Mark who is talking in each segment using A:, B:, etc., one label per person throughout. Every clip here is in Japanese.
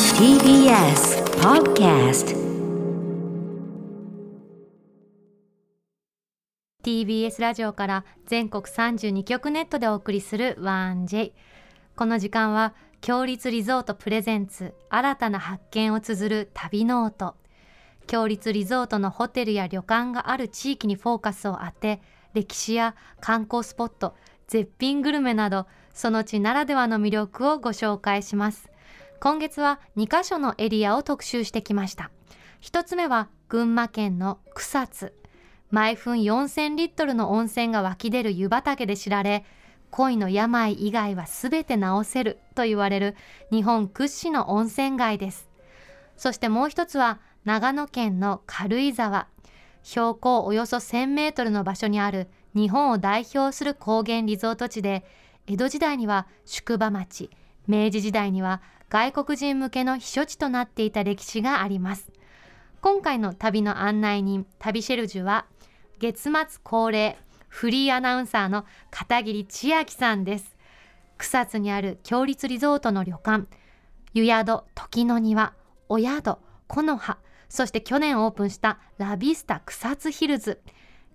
A: TBS Podcast
B: TBS ラジオから全国32局ネットでお送りする 1J この時間は強立リゾートプレゼンツ新たな発見を綴る旅ノート強立リゾートのホテルや旅館がある地域にフォーカスを当て歴史や観光スポット絶品グルメなどその地ならではの魅力をご紹介します今月は2カ所のエリアを特集してきました一つ目は群馬県の草津毎分4000リットルの温泉が湧き出る湯畑で知られ恋の病以外は全て治せると言われる日本屈指の温泉街ですそしてもう一つは長野県の軽井沢標高およそ1000メートルの場所にある日本を代表する高原リゾート地で江戸時代には宿場町明治時代には外国人向けの避暑地となっていた歴史があります今回の旅の案内人旅シェルジュは月末恒例フリーアナウンサーの片桐千秋さんです草津にある強立リゾートの旅館湯宿時の庭お宿木の葉そして去年オープンしたラビスタ草津ヒルズ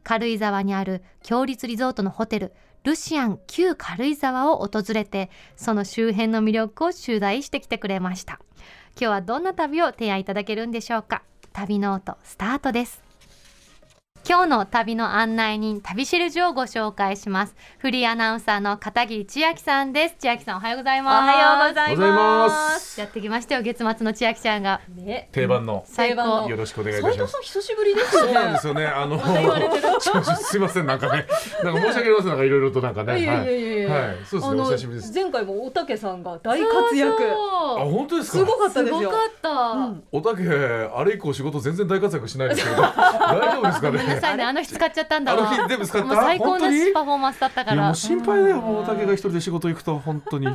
B: 軽井沢にある強立リゾートのホテルルシアン旧軽井沢を訪れてその周辺の魅力を取材してきてくれました今日はどんな旅を提案いただけるんでしょうか旅ノートスタートです今日の旅の案内人旅しるじをご紹介しますフリーアナウンサーの片桐千秋さんです千秋さんおはようございます
C: おはようござい
D: おはようござい
C: ま。
D: ますす
B: やってきましたよ月末の千秋ちゃんが
C: ね、
D: 定番の
B: 最高
C: 定
D: よろしくお願いいた
C: 斉
D: しま
C: 藤
D: す
C: さん久しぶりです
D: そうなん
C: ね
D: で。すよねあの
C: 言われてる
D: すいませんなんかねなんか申し訳ありませんなんかいろいろとなんかねはい
C: やいやいやいや
D: はいそうです
C: あ
D: ね
C: の
D: お久しぶりです
C: 前回もおたけさんが大活躍。
D: あ
B: そう
D: 本当ですか
C: すごかったですす
B: ごか
C: よ。
B: った、
C: うん
D: おたけあれ以降仕事全然大活躍しないですけど大丈夫です
B: ご
D: か
B: めんなさい
D: ね
B: ねあの日使っちゃったんだわ
D: あの日全部使った
B: もう最高
D: 本当
B: の
D: に
B: パフォーマンスだったか
D: いやも
B: ら
D: う心配だよもうおたけが一人で仕事行くと本当に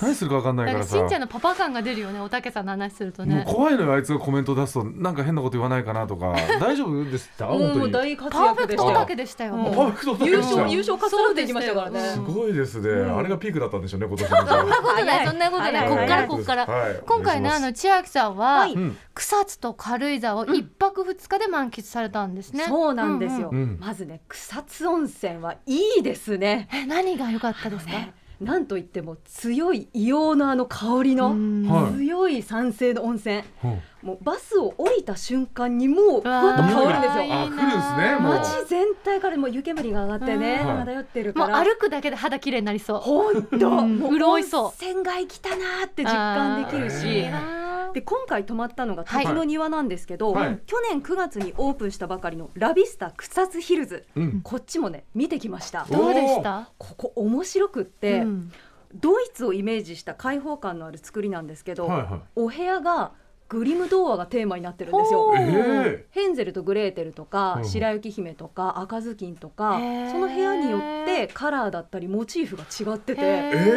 D: 何するかわかんない
B: な
D: か
B: ん
D: ら
B: か
D: さ
B: しんちゃんのパパ感が出るよねおたけさんの話すると
D: もう
B: ね
D: 怖いのよあいつがコメント出すとなんか変なこと言わないかなとか大丈夫ですってあ
C: もう
D: 本
C: も
D: 当
C: う
D: に
C: 大
D: あ
C: 活
B: パーフェ
C: 躍
B: ク
C: で
B: ト
C: し
B: お
C: た
B: た
C: よ
B: け。でしたよ、
C: うん
D: パ
B: も
D: ー
B: う
D: フェクトおたけ
C: 優
D: でし
C: 勝
D: た
C: 優勝かっさらってきましたから
B: そうで
C: ね
B: し
D: す
B: た。
D: ごいですね、
C: ん
D: あれがピークだったんでしょうね今年の
B: そんなことないそんなことない、
C: はい
B: こっから
C: はい
B: こっから、今
D: はい
B: 回ねあの千秋さんは、
C: はい
D: うん
B: 草津と軽井沢を一泊二日で満喫されたんですね、
C: そうなんですよ。
D: うんうん
C: まずね草津温泉はいいですね。
B: え何が良かったですか、
C: ねなんといっても強い硫黄のあの香り
B: う
C: の
B: ん
D: はい
C: 強い酸性の温泉。
D: うん
C: もうバスを降りた瞬間にもうふわっと香るんですよ
D: 匂い。があ来るんですねもう
C: 街全体からもう湯煙が上がってね、
D: うん
C: 漂ってる
B: も
C: か
B: う
C: ら、
B: 歩くだけで肌綺麗になりそう
C: ほんと、
B: うん
C: も
B: 潤いそう
C: 温泉街来たなーって実感できる
D: あー
C: し
D: いい。
B: な
C: で今回泊まったのが
B: はい
C: 滝の庭なんですけど、
D: はい
C: 去年9月にオープンしたばかりのラビスタ草津ヒルズ
D: うん
C: こっちもね見てきました
D: お
B: どうでした
C: ここ面白くって、
B: うん
C: ドイツをイメージした開放感のある作りなんですけど、
D: はいは
C: お部屋がグリム童話がテーマになってるんですよ
B: ほう
D: いえ
C: ヘンゼルとグレーテルとか、
D: うん
C: 白雪姫とか赤ずきんとか
B: へー
C: その部屋によってカラーだったりモチーフが違って
B: へ
C: て
D: え
C: イン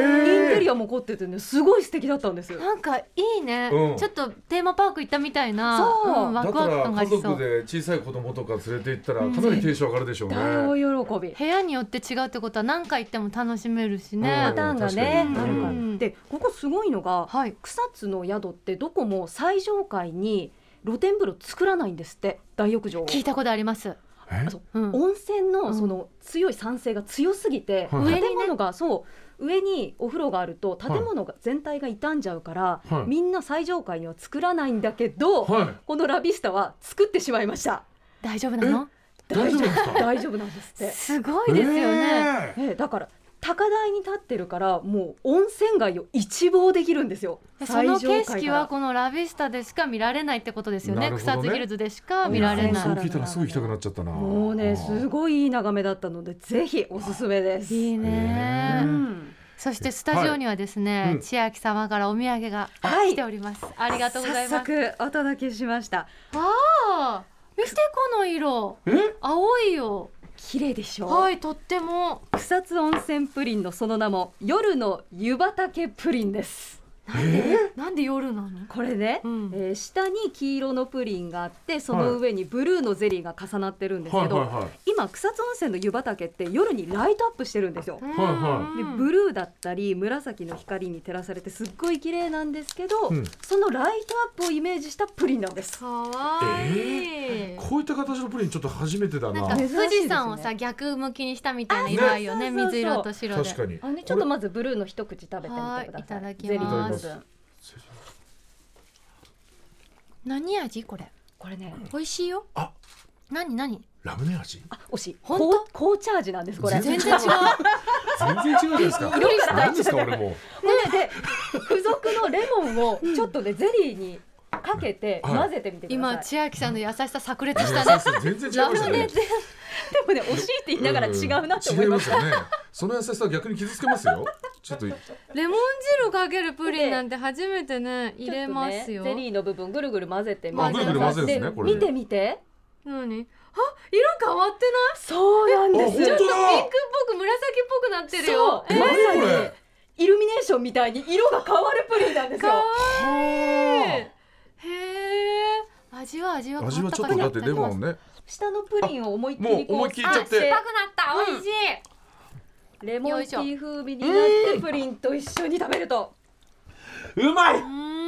D: ー
C: テリアも凝っててねすごい素敵だったんですよ。
B: なんかいいね、
D: うん
B: ちょっとテーマパーク行ったみたいな
C: そうん
D: だ
B: ワ
D: か
B: クワク
D: ら
B: 感があ
D: 家
B: りそ
D: 族
B: う
D: で小さい子供とか連れて行ったらかなりテンション上がるでしょうね、
C: 大喜び
B: 部屋によって違うってことは何回行っても楽しめるし
D: う
B: ね
C: パ、ターンがね
B: うん
C: あるから、
B: うん
C: でここすごいのが
B: はい
C: 草津の宿ってどこも最上階に露天風呂作らないんですって大浴場を
B: 聞いたことあります、
D: え
C: そう
B: うん、
C: 温泉
B: う
C: の
B: ん
C: その強い酸性が強すぎて、
D: はい
C: 建物がそう上にお風呂があると建物が全体が傷んじゃうから、
D: はい
C: みんな最上階には作らないんだけど、
D: はい
C: このラビスタは作ってしまいました
B: 大丈夫なの
D: 大丈夫ですか
C: 大丈夫なんですって
B: すごいですよね、
D: えー
C: ねだから高台に立ってるからもう温泉街を一望できるんですよ
B: その景色は
C: 最上階か
B: このラビスタでしか見られないってことですよね
D: なるほど
B: 草
D: ね
B: 津ヒルズでしか見られ
C: うん
B: な
D: そう
B: い
D: 聞いたらすぐ行きたくなっちゃったな
C: らもうねすごいいい眺めだったのでぜひおすすめです、
B: いいね、
D: う
C: うん
B: そしてスタジオにはですね、
D: はいうん
B: 千秋様からお土産が
C: はい
B: 来ております、ありがとうございます
C: 早速お届けしました
B: あー見てこの色
D: え
B: 青いよ
C: 綺麗でしょ
B: はいとっても
C: 草津温泉プリンのその名も夜の湯畑プリンです
B: なんで、なんで夜なの？
C: これね、
B: うん
C: えー下に黄色のプリンがあってその上にブルーのゼリーが重なってるんです
D: はい
C: けど、
D: はいはい
C: 今草津温泉の湯畑って夜にライトアップしてるんですよ。
D: いは
C: で
B: うん
C: ブルーだったり紫の光に照らされてすっごい綺麗なんですけど、
D: うん
C: そのライトアップをイメージしたプリンなんです。
B: かわいい。
D: こういった形のプリンちょっと初めてだ
B: なん
D: な
B: か
C: 珍しいです
B: 富
C: ね
B: 士山をさ逆向きにしたみたいな色合いよね
C: あそうそうそう
B: 水色と白で
D: 確かに
C: あのねちょっとまずブルーの一口食べてみてください。
B: はいいただきます
C: ゼリーの部
D: いただ
C: 分
B: 何味これ
C: これね、
B: 美味しいよ
D: あ
B: 何何
D: ラムネ 味
C: あ、惜しい。
B: 本
C: こう紅茶味なんですこれ。
B: 全 然違う
D: 全然違うじゃないですか
C: 色が
D: 何ですか俺も
C: これで付属のレモンをちょっとね、ゼリーにかけて
D: はい
C: 混ぜてみてください。
B: 今千秋さんの優しさ炸裂した ね
D: 全然違い
C: ラ
D: ました
C: ムネ
D: ね
C: で、でもね惜しいって言いながら違うなって思いました。
D: うん違いますよねその優しさは逆に傷つけますよちょっと
B: レモン汁かけるプリンなんて初めてね入れますよ、
C: ちょっとねゼリーの部分ぐるぐる混ぜてみて
B: あぐるぐる混ぜるんです
D: ねこれ
C: 見て見て。
B: 何あ色変わってない
C: そうなん
D: あ
C: です。
D: 本当
B: ピンクっ
D: だ
B: ぽく紫っぽくなってる
C: そう
B: よ、
C: まさ
D: 何こ
C: に
D: れ
C: イルミネーションみたいに色が変わるプリンなんですよ
B: か。わいい
D: は
B: へえ味は味は変わっ
D: あ
B: た
D: 味はちょっとだってレモンね
C: 下のプリンを思いっきり
D: もう
C: こ
D: 思いうっきり
B: あ
D: いちゃって
B: 酸っぱくなった、
C: うん
B: 美味しい
C: レモ
B: よ
C: ン
B: い
C: テ
B: しょ
C: ィー風味になってプリンと一緒に食べると。
D: うまいう
B: ーん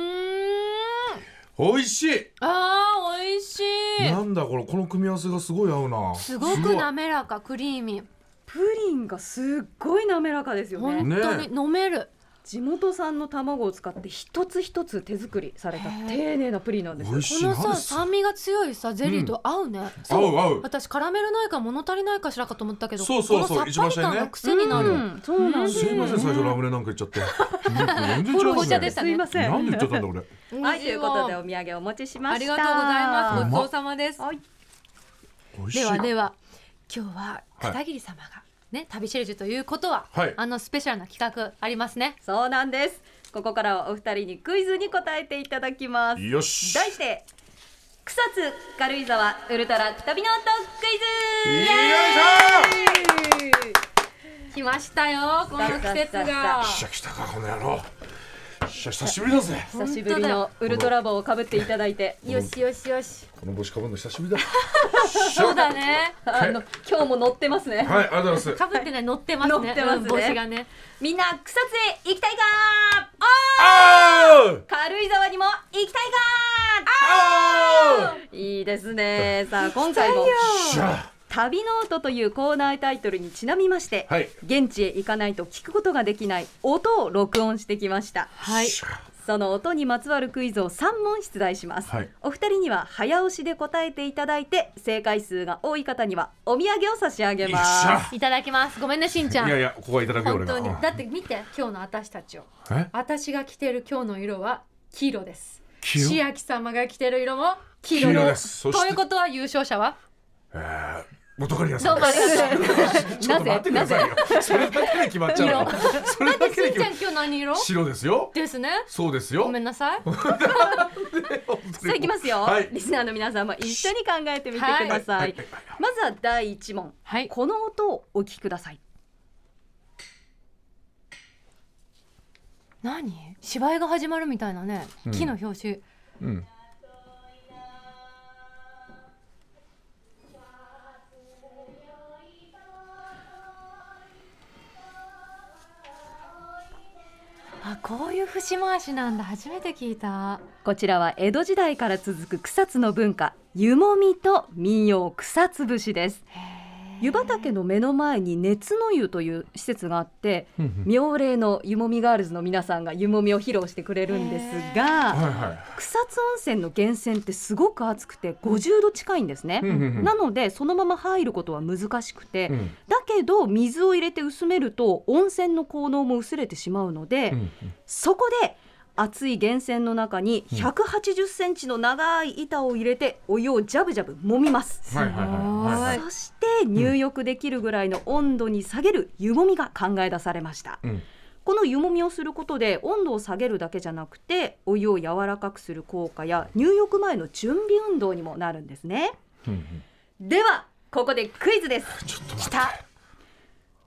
D: 美味しい
B: あー美味しい
D: なんだこれこの組み合わせがすごい合うな
B: すごく滑らかクリーミー
C: プリンがすっごい滑らかですよね。
B: 本当に飲める、
C: 地元産の卵を使って一つ一つ手作りされた丁寧なプリンなんです
D: 美
C: よ。
D: 味しい
B: このさ
D: 何です
B: 酸味が強いさゼリーと合うね、
D: 合う合う
B: 私カラメルないから物足りないかしらかと思ったけど
D: そうそうそう
B: このさっぱり感が癖になる、
D: 一番下にね
C: うんそうなんです
D: すいません最初ラムネなんか言っちゃって全然違いま
B: 紅
D: す
B: 茶でした
D: ね
C: すいません。
D: なんで言っちゃったんだ俺
C: はい、ということで
B: あ
C: お土産お持ちしました。
B: りがとうござい
D: あ
B: ます
D: りがとうござい
B: ごち
D: ます
B: そうさまです
C: はい
D: 美味しい
B: ではでは今日は片桐様が、ね、旅シェルジュということは、
D: はい
B: あのスペシャルな企画ありますね
C: そうなんです。ここからはお二人にクイズに答えていただきます。
D: よし
C: 題して草津軽井沢ウルトラ旅の音クイ
D: よい
C: ズ。
D: し
B: 来ましたよこの季節が
D: ょしゃ来たかこの野郎しゃ久しぶりだぜ
C: 久しぶりのウルトラ帽をかぶっていただいて、
B: よしよしよし
D: この帽子かぶるの久しぶりだ
B: そうだね
C: あの今日も乗ってますね。
D: はいありがとうございます
B: かぶってない乗ってますね
C: 乗ってますね
B: うん帽子がね
C: みんな草津へ行きたいか
D: あー
C: 軽井沢にも行きたい
D: あ
C: かいいです ね。さあ今回も
D: ーしゃ
C: 旅ノートというコーナータイトルにちなみまして、
D: はい
C: 現地へ行かないと聞くことができない音を録音してきました
B: はい
D: しゃ
C: その音にまつわるクイズを3問出題します、
D: はい
C: お二人には早押しで答えていただいて正解数が多い方にはお土産を差し上げ
D: よっし
C: ます
D: ゃ
B: いただきますごめんねしんちゃん
D: いやいやここはいただくよ
B: 本
D: 俺が
B: 当に
D: うん
B: だって見て今日の私たちを
D: え
B: 私が着てる今日の色は黄色です
D: 黄色
B: 千秋様が着てる色も黄色
D: 黄色
B: で
D: ですすそし
B: と
D: て
B: いうことは優勝者は
D: えー元カリア
B: ど
D: さ
B: うんも
D: で
B: あり
D: す
B: がとうございます
D: ちょっと待ってくださいよそれだけで決まっちゃうのそれだけで
B: しん
D: 決
B: ちゃ
D: ま
B: ん
D: っ
B: 今日何色
D: 白ですよ
B: ですね
D: そうです
B: ご
D: よ
B: めんなさい
C: さあいきますよ、
D: はい
C: リスナーの皆さんも一緒に考えてみてください、
D: はい
C: まずは第1問
B: はい
C: この音をお聞きください
B: 何芝居が始まるみたいなね
D: うん
B: 木の表紙
D: うん
B: あこういう節回しなんだ初めて聞いた
C: こちらは江戸時代から続く草津の文化湯もみと民謡草津節です湯畑の目の前に熱の湯という施設があって妙齢の湯もみガールズの皆さんが湯もみを披露してくれるんです
D: はい
C: が
D: は
C: 草津温泉の源泉ってすごく熱くて50度近いんですね
D: いうんうんうん
C: なのでそのまま入ることは難しくて
D: うん
C: だけど水を入れて薄めると温泉の効能も薄れてしまうので、
D: うん
C: そこで熱い源泉の中に
D: うん
C: 180センチの長い板を入れてお湯をジャブジャブ揉みます、
D: はいはいはいはいは
C: そ
D: い
C: して入浴できるぐらいの温度に下げる湯もみが考え出されました、
D: うん
C: この湯もみをすることで温度を下げるだけじゃなくてお湯を柔らかくする効果や入浴前の準備運動にもなるんですね
D: うんうん
C: ではここでクイズです
D: ちょっと待っ
C: 来
D: て
C: た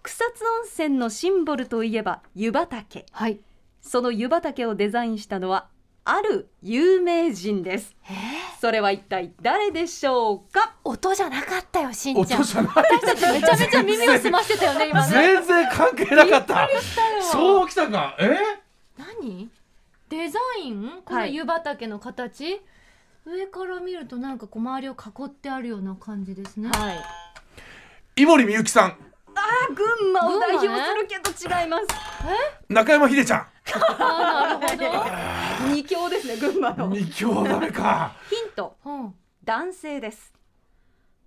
C: 草津温泉のシンボルといえば湯畑
B: はい
C: その湯畑をデザインしたのはある有名人ですそれは一体誰でしょうか
B: 音じゃなかったよしんちゃん
D: 音じゃない
B: めちゃめちゃ耳を澄ましてたよね今ね
D: 全然関係なかったそうきたかえ
B: 何デザインこの湯畑の形、上から見るとなんかこう周りを囲ってあるような感じですね
C: はい。
D: 井森美幸さん
C: あ群馬を代表す
B: 群馬ね
C: るけど違います
D: 中山秀ちゃ
B: あーな る
C: 二強ですね群馬
D: ん
C: のヒン
D: 二強ダメか
C: ト
B: ほど、うん、
C: 男性です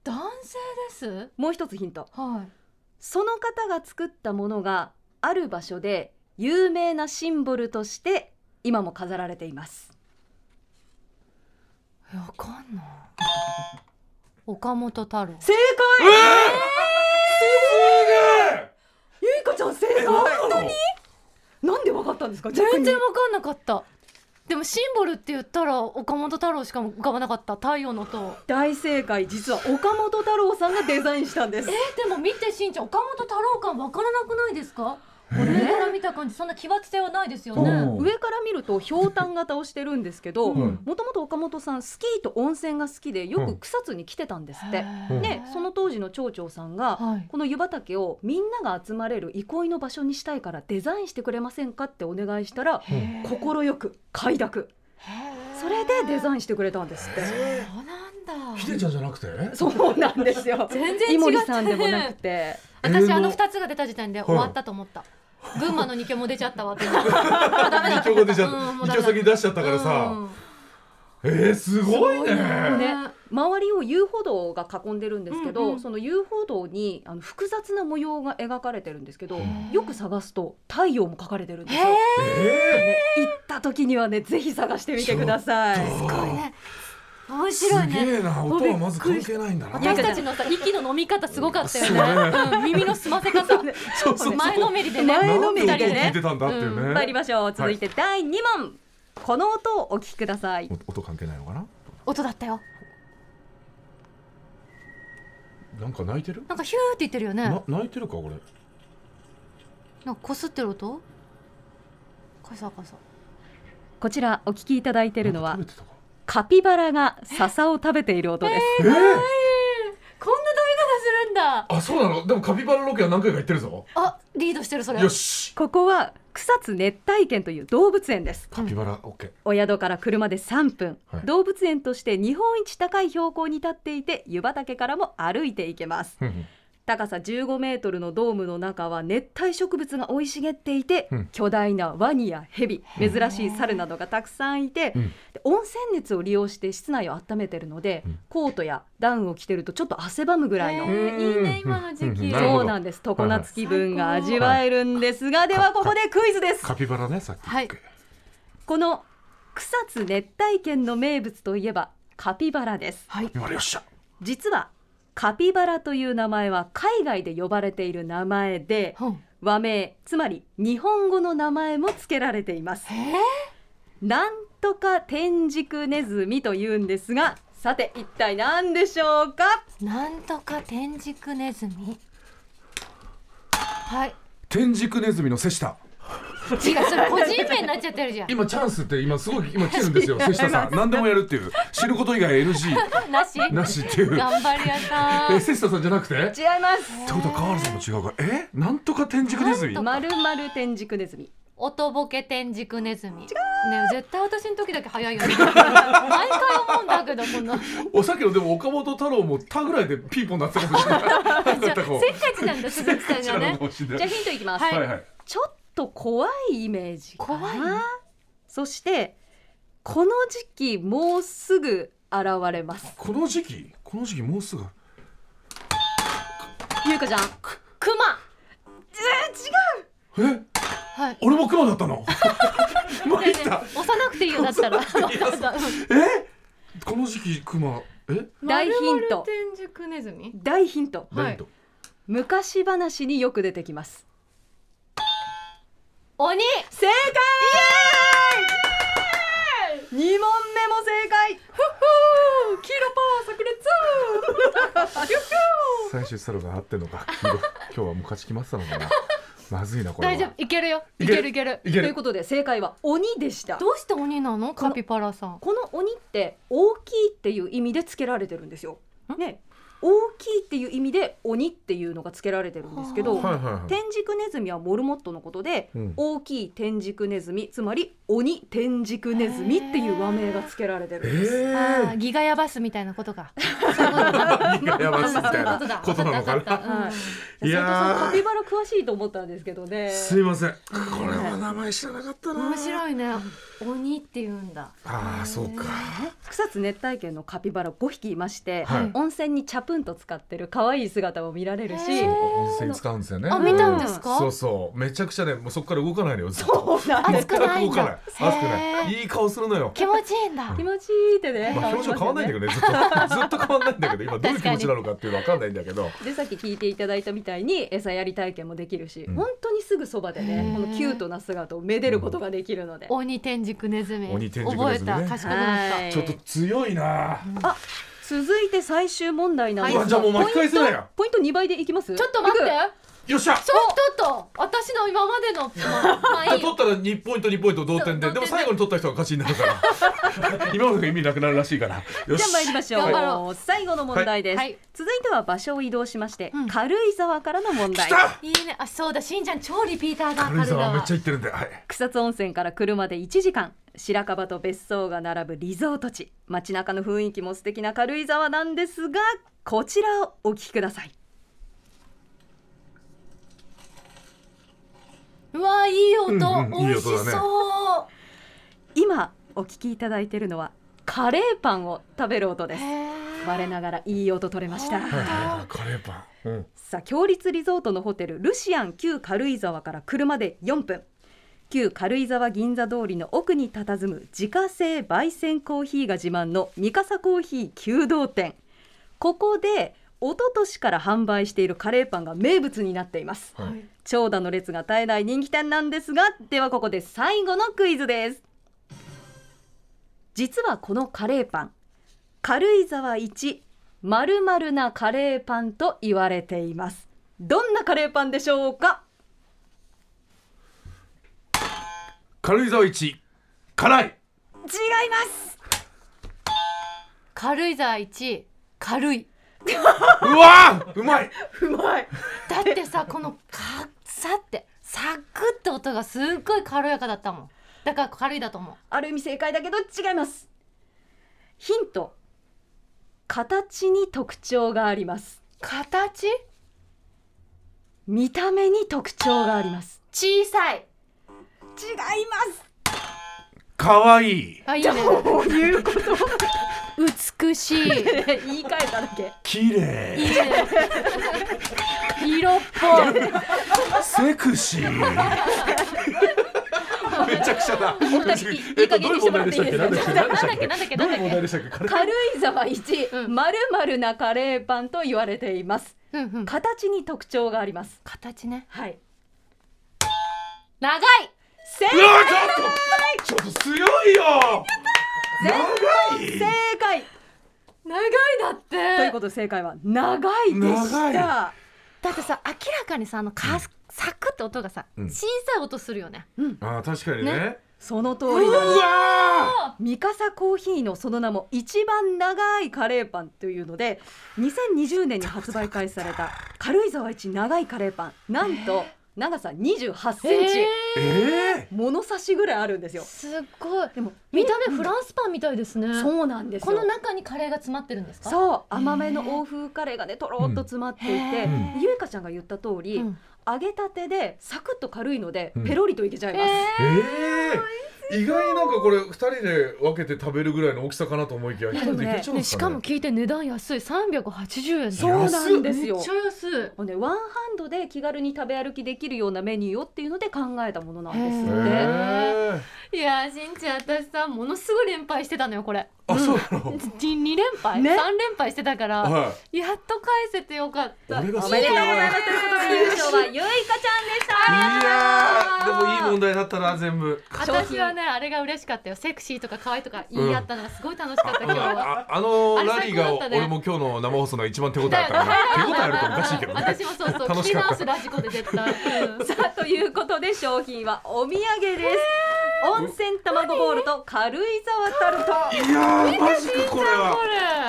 B: 男性です
C: もう一つヒント
B: はい
C: その方が作ったものがある場所で有名なシンボルとして今も飾られています
B: えわかんない岡本太郎
C: 正
D: え
C: 解
D: ー
C: ゆいかちゃん正
D: すげええ何なの
C: なんでわかったんですか
B: 全然わかんなかったでもシンボルって言ったら岡本太郎しか浮かばなかった太陽の塔
C: 大正解実は岡本太郎さんがデザインしたんです
B: えでも見てしんちゃん岡本太郎感わからなくないですか上から見た感じそんな奇抜性はないですよね
D: おう
C: 上から見るとひょうたん型をしてるんですけど
D: うん
C: もともと岡本さんスキーと温泉が好きでよく草津に来てたんですって、
D: うん
C: でその当時の町長さんが
B: はい
C: この湯畑をみんなが集まれる憩いの場所にしたいからデザインしてくれませんかってお願いしたら快く快諾それでデザインしてくれたんですって
B: そうなんだ
D: 秀ちゃんじゃなくて
C: そうなんですよ
B: 全然違ったね
C: 井森さんでもなくて
B: 私あの二つが出た時点で終わったと思った群馬の二強も出ちゃったわってもうダメだ
D: 二強が出ちゃっ
B: うんも
D: た
B: うダメだ
D: 二強先に出しちゃったからさえーすごい
C: こ
D: ね
C: れね周りを遊歩道が囲んでるんですけど、
B: うんうん
C: その遊歩道にあの複雑な模様が描かれてるんですけど
D: へ
C: よく探すと太陽も描かれてるんですよ、
B: へえ
D: え
C: ね行った時にはねぜひ探してみてください
D: ちょっと
B: すごいね面
D: す
B: 白いね
D: げえな音はまず関係ないんだな
B: 私たちのさ息の飲み方すごかったよ
D: そう
B: ね、うん、耳の澄ませ方
D: そうそうそう
B: 前のめりでね
C: 前
D: な
C: の
D: ん
C: め
D: で
C: り
D: 音
C: で
D: を聞い
C: ね
D: てたんだっていうね、
C: 参りましょう続いて第2問、この音をお聞きください
D: お音関係ないのかな
B: 音だったよ
D: なんか泣いてる
B: なんかヒューって言ってるよね
D: な泣いてるかこれ
B: なんかこすってる音カサカサ
C: こちらお聞きいただいているのは
D: なんか食べてたか
C: カピバラが笹を食べている音です、
D: えー
B: こんな食べ方するんだ
D: あそうなのでもカピバラロケは何回か行ってるぞ
B: あリードしてるそれ
D: よし
C: ここは草津熱帯圏という動物園です
D: カピバラオッケー
C: お宿から車で3分、
D: はい
C: 動物園として日本一高い標高に立っていて湯畑からも歩いていけます
D: ふんふん
C: 高さ15メートルのドームの中は熱帯植物が生い茂っていて、
D: うん
C: 巨大なワニやヘビ
D: うん
C: 珍しい猿などがたくさんいて、
D: うん
C: で温泉熱を利用して室内を温めてるので、
D: うん
C: コートやダウンを着てるとちょっと汗ばむぐらいの、
B: えーいいね今の時期
D: うんうんなるほど
C: そうなんです常夏気分が味わえるんですが、ではここでクイズです
D: カピバラねさっき
B: はい
C: この草津熱帯圏の名物といえばカピバラです
B: はい
D: 今よっしゃ
C: 実はカピバラという名前は海外で呼ばれている名前で
B: ほん
C: 和名つまり日本語の名前も付けられています
B: え
C: なんとか天竺ネズミというんですがさて一体何でしょうか
B: ー、なんとか天竺ネズミはい
D: 天竺ネズミの瀬下
B: 違うそれ個人名になっちゃってるじゃん
D: 今チャンスって今すごい今来てるんです よ瀬下さん何でもやるっていう死ぬこと以外 NG
B: なし
D: なしっていう
B: 頑張り屋さ
D: え
B: ん
D: 瀬下さんじゃなくてって
C: 違います
D: ことは河原さんも違うからえなんとか天竺ネズミ
B: なんと
C: まるまる天竺ネズミ
B: 音ボケ天竺ネズミねえ絶対私の時だけ早いよね毎回思うんだけどこの
D: お酒のでも岡本太郎も他ぐらいでピーポンなってたかもしれない
B: じ
D: な
B: ゃ
D: んかこ
B: あ
D: う
B: せっかちなんだ鈴木さん
D: 違
B: が
D: うの
B: ね
D: かもしれ
C: じ
D: な
C: ゃあ
D: い
C: ヒントいきます、
B: はい
D: はいはい
C: ちょっと怖いイメージかな
B: 怖い
C: そしてこの時期もうすぐ現れます
D: この時期この時期もうすぐ
C: ゆうかちゃん
B: ク
D: え
B: マはい
D: 俺もクマだっ たの 参っ
B: ね
D: た
B: 押さなくていいよだったら
D: えこの時期クマえ
C: 大ヒント
B: 天竺ネズミ
C: 大ヒント
B: はい
D: なんと
C: 昔話によく出てきます
B: 鬼
C: 正解二問目も正解ふふ黄色パワー炸裂
D: 最終サロが合ってんのか今日はもう勝ちきましたのかなまずいなこれは
B: 大丈夫いけるよい
D: い
B: け
D: け
B: る
D: る
B: いける
D: い
C: とい
D: け
C: う
D: る
C: ことで正解は鬼でした
B: どうして鬼なのカピバラさん
C: この鬼って大きいっていう意味でつけられてるんですよ
B: ん。
C: ね、大きいっていう意味で鬼っていうのがつけられてるんですけど、
D: はいはいはい
C: 天竺ネズミはモルモットのことで、
D: うん
C: 大きい天竺ネズミつまり鬼天竺ネズミっていう和名がつけられてるん
D: え
C: です。
B: あー
D: ー
B: ギガヤバスみたいなことか
D: 何がやばいみたい
B: そういうことだ
D: なことなのか
B: わかった
D: な
B: うん
C: はい
D: い
C: 斉藤さん
D: や
C: カピバラ詳しいと思ったんですけどね
D: ー。すいませんこれは名前知らなかったな
B: 面白いね鬼って言うんだ
D: ああそうか
C: 草津熱帯圏のカピバラ5匹いまして、
D: はい
C: 温泉にチャプンと使ってる可愛い姿も見られるし、
B: へー
D: 温泉使うんですよね
B: あ見たんですか
D: そうそうめちゃくちゃねもうそこから動かないのよずっと
C: そうなんです
B: 熱くないん
D: 全く動
B: だ
D: かない熱くな
B: へー
D: いいい顔するのよ
B: 気持ちいいんだ
C: 気持ちいいってね、
D: まあ表情変わんないんだけどねずっと ずっと変わんないんだけど今どういう気持ちなのかっていうのわかんないんだけど
C: でさっき聞いていただいたみたいに餌やり体験もできるし、
D: うん
C: 本当にすぐそばでね
B: へー
C: このキュートな姿をめでることができるので、
B: 鬼天竺ネズミ
D: 鬼天竺ネズミね
B: 覚えた賢くなった
C: はい
D: ちょっと強いな
C: 続いて最終問題なんです
D: うわじゃあもう巻き返せないや
C: ポイント2倍でいきます
B: ちょっと待って
C: い
D: よっしゃ
B: ちょっとと私の今までのまあまあ
D: じ
B: い
D: ゃあ
B: い
D: 取ったら2ポイント2ポイント同点で
B: そう同点で
D: でも最後に取った人が勝ちになるから 今までが意味なくなるらしいからよ
C: くじゃあ参りましょう、
B: 頑張ろ
C: 最後の問題です、
B: はいはい
C: 続いては場所を移動しまして、
B: うん
C: 軽井沢からの問題
D: 来た
B: いいねあそうだしんちゃん超リピーターだ
D: 軽井沢めっち
B: 軽
D: ゃ
B: 井
D: 行ってるんではい
C: 草津温泉から車で1時間白樺と別荘が並ぶリゾート地街中の雰囲気も素敵な軽井沢なんですがこちらをお聞きください
B: うわいい音、
D: うんうんい
B: 美
D: い
B: 味し
D: 音
B: そう
D: だね
C: 今お聞きいただいているのはカレーパンを食べる音です
B: へー
C: 我ながらいい音取れました
D: はいはいはいカレーパンうん
C: さあ強立リゾートのホテルルシアン旧軽井沢から車で4分旧軽井沢銀座通りの奥に佇む自家製焙煎コーヒーが自慢の三笠コーヒー弓道店ここで一昨年から販売しているカレーパンが名物になっています
D: はい
C: 長蛇の列が絶えない人気店なんですがではここで最後のクイズです実はこのカレーパン軽井沢一まるまるなカレーパンと言われていますどんなカレーパンでしょうか
D: 軽井沢一辛い
C: 違います
B: 軽井沢一軽いう
D: わーうまいう
C: まい
B: だってさこのカッサってサクって音がすっごい軽やかだったもんだから軽いだと思う
C: ある意味正解だけど違いますヒント形に特徴があります
B: 形
C: 見た目に特徴があります
B: 小さい
C: 違います
D: 可愛い
B: あいいね
C: こういうこと
B: 美しいいいね
C: 言い換えただけ
D: 綺麗
B: 色っぽい
D: セクシーめちゃくちゃだ
C: お二人いいいい加減にしてもらっていいですか
D: えっとどういう問題でしたっけ何でしたっけ
B: なんだっけ
D: ど
B: な
D: うんい
B: だっけ
D: う問題でしたっけ軽井
C: 軽井沢 一、
B: うん
C: まるまるなカレーパンと言われています
B: うんうん
C: 形に特徴があります
B: 形ね
C: はい
B: 長い
C: 正
D: うわちょっとちょっと強いよ長い
C: 正解
B: 長いだっ
C: という
B: て
C: ことで正解は長いでした
D: 長
B: だってさ明らかにさあのカスサクって音がさ
D: うん
B: 小さい音するよね
D: あー確かに
B: ね
D: ね
C: その通
D: う
C: りなんです
D: わ
C: ミカサコーヒーのその名も一番長いカレーパンというので2020年に発売開始された軽井沢一長いカレーパンなんと長さ28センチ、
B: え
D: ーえ
C: 物差しぐらいあるんですよ
B: ーすっごい
C: でも
B: 見た目フランスパンみたいですね
C: そうなんです
B: こ
C: よ
B: の中にカレーが詰まってるんですか
C: そう甘めの欧風カレーがねとろっと詰まっていて、
D: うん
C: ゆいかちゃんが言った通り、
B: うん
C: 揚げたてでサクッと軽いので、
D: うん
C: ペロリといけちゃい
B: え
C: ます、
B: ー
D: ーえー意外になんかこれ二人で分けて食べるぐらいの大きさかなと思いきや一人でいけちゃうん
B: ね、
D: です
B: し
D: か
B: か
D: ね
B: も聞いて値段安い380円だ
D: そ
C: そうなんです
B: め
C: よ
B: っちゃ安い
C: もうね、ワンハンドで気軽に食べ歩きできるようなメニューをっていうので考えたものなんです
B: も
C: よ
B: へ
C: ね。
D: えー
B: いやーしんちゃん私さものすごい連敗してたのよこれ
D: あそうなの
B: 2, 連敗、
C: ね
B: 3連敗してたからやっ
D: は
B: と返せてよかった
D: い俺が
C: お
D: そう
C: めでとうご
D: だ
C: ざい
D: な
C: ます。ということで優勝はゆいかちゃんでした。
D: いやーでもいい問題だったな全部
B: 私はねねあれが嬉しかったよセクシーとか可愛いとか言い合ったのがすごい楽しかった、今日は
D: ああのラリ
B: あれ最
D: ーが
B: 高だったね
D: 俺も今日の生放送の一番手応えあった から手応えあるとおかしいけどね
B: 私もそうそう聞
D: 楽
B: き
D: しかった
B: 直すラジコで絶対、うん
C: さあということで商品はお土産です、温泉卵ボールと軽井沢タルト
D: いやーマジかこれは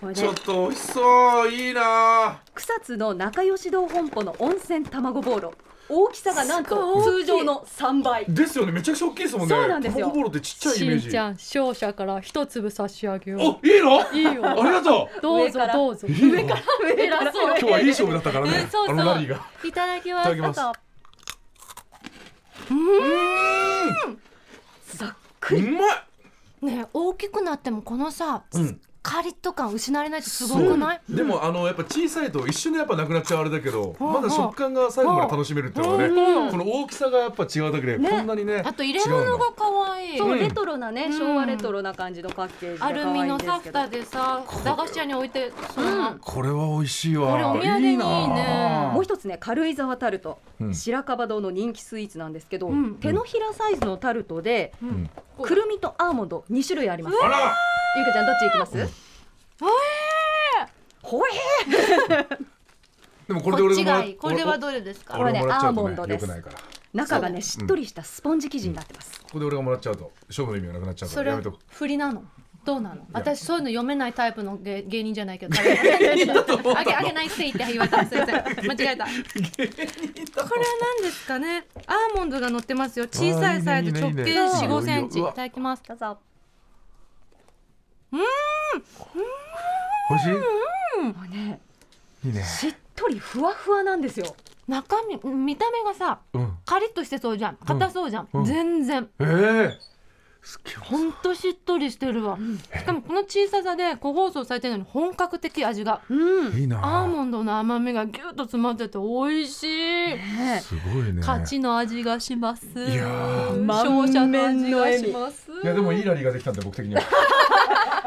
C: これ
D: ちょ
C: ね
D: っと美味しそういいな
C: 草津の仲良し堂本舗の温泉卵ボール大きさがなんと
B: すご
C: 通
B: い大きい
C: 常の3倍
D: ーですよねめちゃくちゃ大きいですもんね
C: そうなんですよ
D: 卵ボールってちっちゃいイメージ
B: しんちゃん勝者から一粒差し上げよ
D: おいいの
B: ういいよ
D: ありがとう
B: どう
C: 上
B: ぞ
C: から
B: どうぞ
D: いいの今
B: 偉そう
D: 日 はいい勝負だったからね
B: うんそうそう
D: あのラリーが
B: いただきます
D: いただきます
B: あと
D: うまい
B: ね大きくなってもこのさ、
D: うん
B: カリッと感失われないってすごくない
D: でもあのやっぱ小さいと一瞬でやっぱなくなっちゃうあれだけど
B: うん
D: まだ食感が最後まで楽しめるっていうのは
B: う
D: ね
B: ん
D: この大きさがやっぱ違うだけで
C: ね
D: こんなにね
B: あと入れ物が可愛い
C: そう
D: うん
C: レトロなね、
B: うん
C: 昭和レトロな感じのパッケージ
B: アルミの
C: サ
B: サフタでさ駄菓子屋に置いてそうな
C: うん
D: これは美味しいわ
B: これお土産にいいね
D: な
C: もう一つね軽井沢タルト、
D: うん
C: 白樺堂の人気スイーツなんですけど、
B: うん
C: 手のひらサイズのタルトで、
D: ん
C: くるみとアーモンド2種類あります
D: あら
C: ゆうかちゃんどっち行きます、ほえ
D: でもこれで
B: こっ
D: 俺
B: ち
D: もら
B: がいいこれはどれですか
D: 俺もらっちゃう
C: これねアーモ
D: と
C: ンド
D: ね
C: で
D: 良
C: す
D: くないからこ
C: 中がねしっとりしたスポンジ生地になってます、
D: こで俺がもらっちゃうと勝負の意味がなくなっちゃうか
B: そ
D: ら
B: れ
D: やめとく
B: 振りなのどうなの私そういうの読めないタイプの芸芸人じゃないけどあげあげないって言って言われたすいません間違えたこれは何ですかねアーモンドが乗ってますよ小さいサイズ
D: あ
B: 直
D: ーいいね
B: 径
D: いいね
B: 4 5センチ
D: う
B: い
D: わ
B: ただきます
C: どうぞ
D: 欲し
C: もうね
D: いいいね
C: しっとりふわふわなんですよ
B: 中身見た目がさ
D: うん
B: カリッとしてそうじゃん硬そうじゃん、
D: うん
B: 全然
D: ええ
B: ほんとしっとりしてるわしかもこの小ささで個包装されてるのに本格的味が
C: うん、ね
D: いいな
B: アーモンドの甘みがギュッと詰まってて美味しい
C: え
D: すごいね
B: 勝ちの味がします
D: いやー
B: 勝者の味がします
D: いやでもいいラリーができたんで僕的には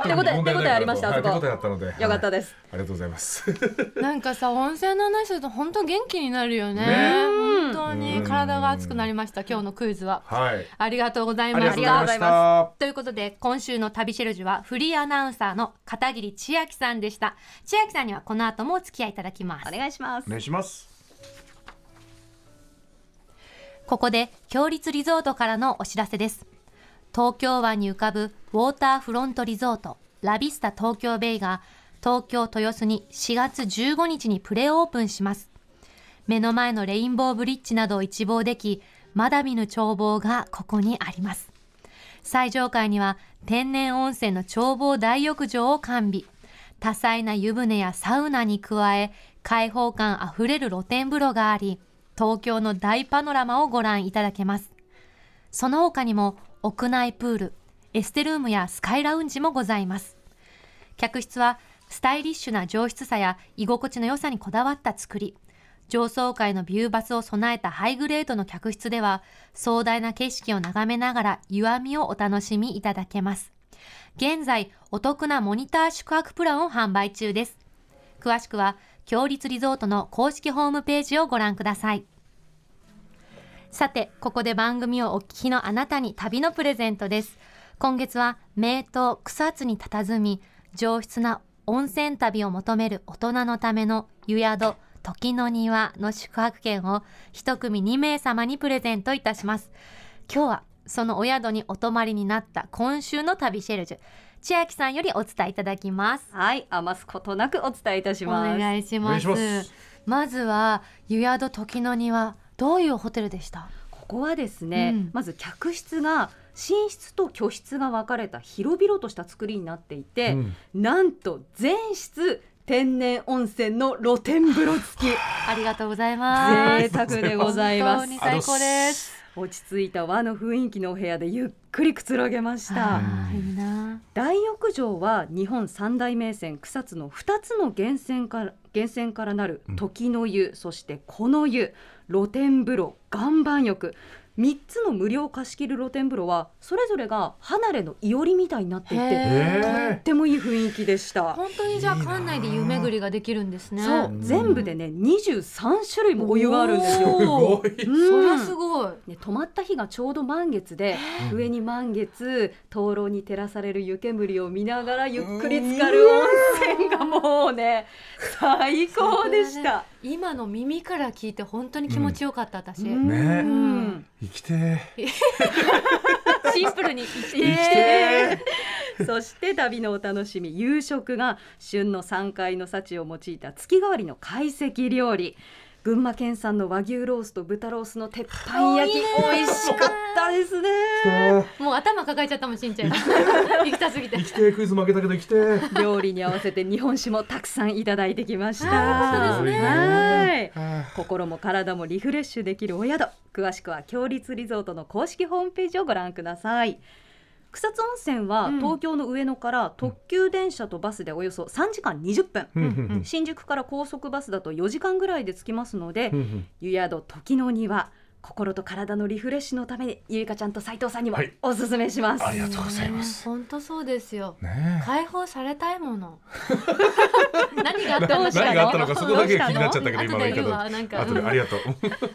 C: 手応え手応えありました
D: はい
C: あそ
D: 手
C: こ
D: 応えあったので
C: よかった
D: はい
C: です、
D: ありがとうござ います
B: なんかさ温泉の話すると本当元気になるよね
D: ね
B: 本当
D: う
B: に
D: ん
B: 体が熱くなりました今日のクイズは
D: はい
B: ありがとうござい
D: あり
B: ま
D: が
B: す
D: とうございました
B: ということで今週の旅シェルジュはフリーアナウンサーの片桐千秋さんでした千秋さんにはこの後もお付き合いいただきます
C: お願いします
D: お願いします
B: ここで強立リゾートからのお知らせです。東京湾に浮かぶウォーターフロントリゾートラビスタ東京ベイが東京豊洲に4月15日にプレオープンします。目の前のレインボーブリッジなどを一望でき、まだ見ぬ眺望がここにあります。最上階には天然温泉の眺望大浴場を完備。多彩な湯船やサウナに加え、開放感あふれる露天風呂があり、東京の大パノラマをご覧いただけます。その他にも屋内プール、エステルームやスカイラウンジもございます。客室はスタイリッシュな上質さや居心地の良さにこだわった作り、上層階のビューバスを備えたハイグレードの客室では壮大な景色を眺めながら湯あみをお楽しみいただけます。現在お得なモニター宿泊プランを販売中です。詳しくは強立リゾートの公式ホームページをご覧ください。さて、ここで番組をお聞きのあなたに旅のプレゼントです。今月は名湯草津に佇み、上質な温泉旅を求める大人のための湯宿時の庭の宿泊券を一組2名様にプレゼントいたします。今日はそのお宿にお泊まりになった今週の旅シェルジュ、千秋さんよりお伝えいただきます。
C: はい余すことなくお伝えいたし
B: お
C: ます
B: 願いします。
D: お
B: ま
D: 願いします
B: ずは湯宿時の庭どういうホテルでした？
C: ここはですね、
B: うん
C: まず客室が寝室と居室が分かれた広々とした作りになっていて、
D: うん
C: なんと全室天然温泉の露天風呂付き
B: ありがとうございます。
C: 贅沢でございま
B: 本当
C: す
B: に最高です。
C: 落ち着いた和の雰囲気のお部屋でゆっくりくつろげました
B: あーいいな。
C: 大浴場は日本三大名泉草津の2つの源泉から源泉からなる時の湯、そしてこの湯露天風呂岩盤浴3つの無料貸し切り露天風呂はそれぞれが離れのいおりみたいになってい
E: へ
C: てとっ
B: え
C: てもいい雰囲気でした。
E: 本当にじゃあ
B: いいなあ
E: 館内で湯巡りができるんですね
C: そう
B: うん
C: 全部でね23種類もお湯があるんですよ。
E: おー
B: すごい。
C: うん
E: そりゃすごい、
C: ね、泊まった日がちょうど満月で上に満月灯籠に照らされる湯煙を見ながらゆっくり浸かる温泉がもうね最高でした。
E: 今の耳から聞いて本当に気持ちよかった私、
C: うん
B: ね
C: うん
B: 生きてー。
E: シンプルに言っ
B: 生き
E: て
B: て
C: そして旅のお楽しみ夕食が旬の山海の幸を用いた月替わりの懐石料理群馬県産の和牛ロースと豚ロースの鉄板焼き
E: おい
C: 美味しかったですね
B: ー。
E: もう頭抱えちゃったもんしん ちゃんが行きたすぎて
B: 生きてークイズ負けたけど生きてー。
C: 料理に合わせて日本酒もたくさんいただいてきまし
B: あー
C: た
B: そうですね
C: はい
B: あ
C: 心も体もリフレッシュできるお宿詳しくは強立リゾートの公式ホームページをご覧ください草津温泉は
E: うん
C: 東京の上野から特急電車とバスでおよそ3時間20分、
B: ー
E: うん
C: 新宿から高速バスだと4時間ぐらいで着きますので、
B: うんうん
C: 湯宿時の庭心と体のリフレッシュのためにゆいかちゃんと斉藤さんにも
B: はい
C: おすすめします、
B: ありがとうございます
E: 本当そうですよ
B: ねえ。
E: 解放されたいもの何があったん
C: ど
E: だ
C: うしたの
B: 何があったのかそこだけが気になっちゃったけど
E: 後
B: 今の言
E: で
B: い
E: 言う
B: 方。
E: わなんか
B: 後でありがとう。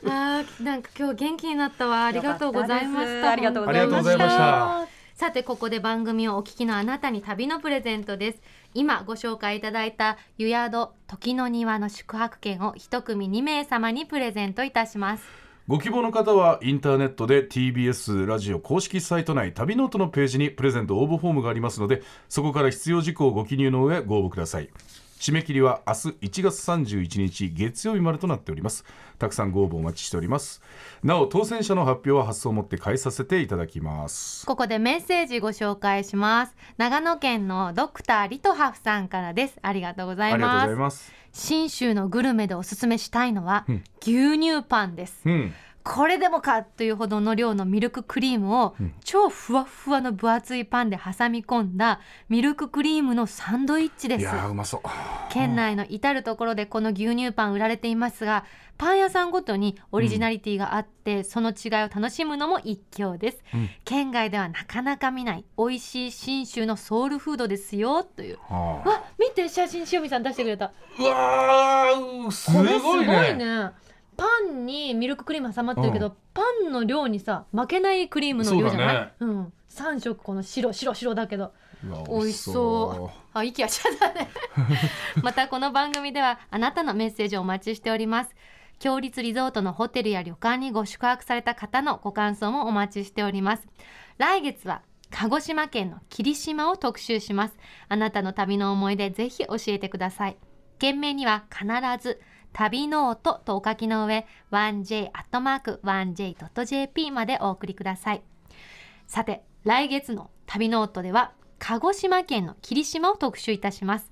E: あーなんか今日元気になったわありがとうございました
C: ありがとうご
B: あり
C: ざ
B: がとう
C: いま
B: ご
C: し
B: ざいましたた。
E: さてここで番組をお聞きのあなたに旅のプレゼントです今ご紹介いただいた湯宿時の庭の宿泊券を一組2名様にプレゼントいたします
D: ご希望の方はインターネットで TBS ラジオ公式サイト内旅ノートのページにプレゼント応募フォームがありますのでそこから必要事項をご記入の上ご応募ください締め切りは明日1月31日月曜日までとなっておりますたくさんご応募お待ちしておりますなお当選者の発表は発送をもって返させていただきます
E: ここでメッセージご紹介します長野県のドクターリトハフさんからですありがとうござ
D: あ
E: い
D: りがとうござ
E: ます
D: います
E: 信州のグルメでおすすめしたいのは、
D: うん
E: 牛乳パンです
D: うん
E: これでもかというほどの量のミルククリームを、
D: うん
E: 超ふわっふわの分厚いパンで挟み込んだミルククリームのサンドイッチで
D: い
E: す
D: やーうまそう
E: 県内の至る所でこの牛乳パン売られていますがパン屋さんごとにオリジナリティがあって、その違いを楽しむのも一興です、
D: うん
E: 県外ではなかなか見ない美味しい信州のソウルフードですよという
D: あー
E: わ見て写真塩見さん出してくれた
B: うわーうす
E: これす
B: ご
E: ごい
B: い
E: ね
B: ね。
E: パンにミルククリーム挟まってるけど、
D: う
E: パンの量にさ負けないクリームの量じゃない
B: そううだね
E: ん3色この白白白だけど
D: うわ
E: 美味しそう。あ、息はちゃったね。またこの番組ではあなたのメッセージをお待ちしております。強立リゾートのホテルや旅館にご宿泊された方のご感想もお待ちしております。来月は鹿児島県の霧島を特集します。あなたの旅の思い出ぜひ教えてください。件名には必ず旅ノートとお書きの上 1j.1j.jp までお送りください。さて来月の旅ノートでは鹿児島県の霧島を特集いたします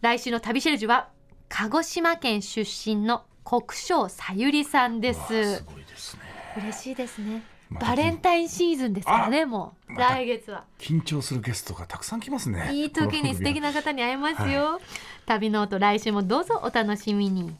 E: 来週の旅シェルジュは鹿児島県出身の国生さゆりさんです
D: わあすごいですね
E: 嬉しいですね
D: また
E: バレンタインシーズンですからねもう
D: また
E: 来月は
D: 緊張するゲストがたくさん来ますね
E: いい時に素敵な方に会えますよ、旅ノート来週もどうぞお楽しみに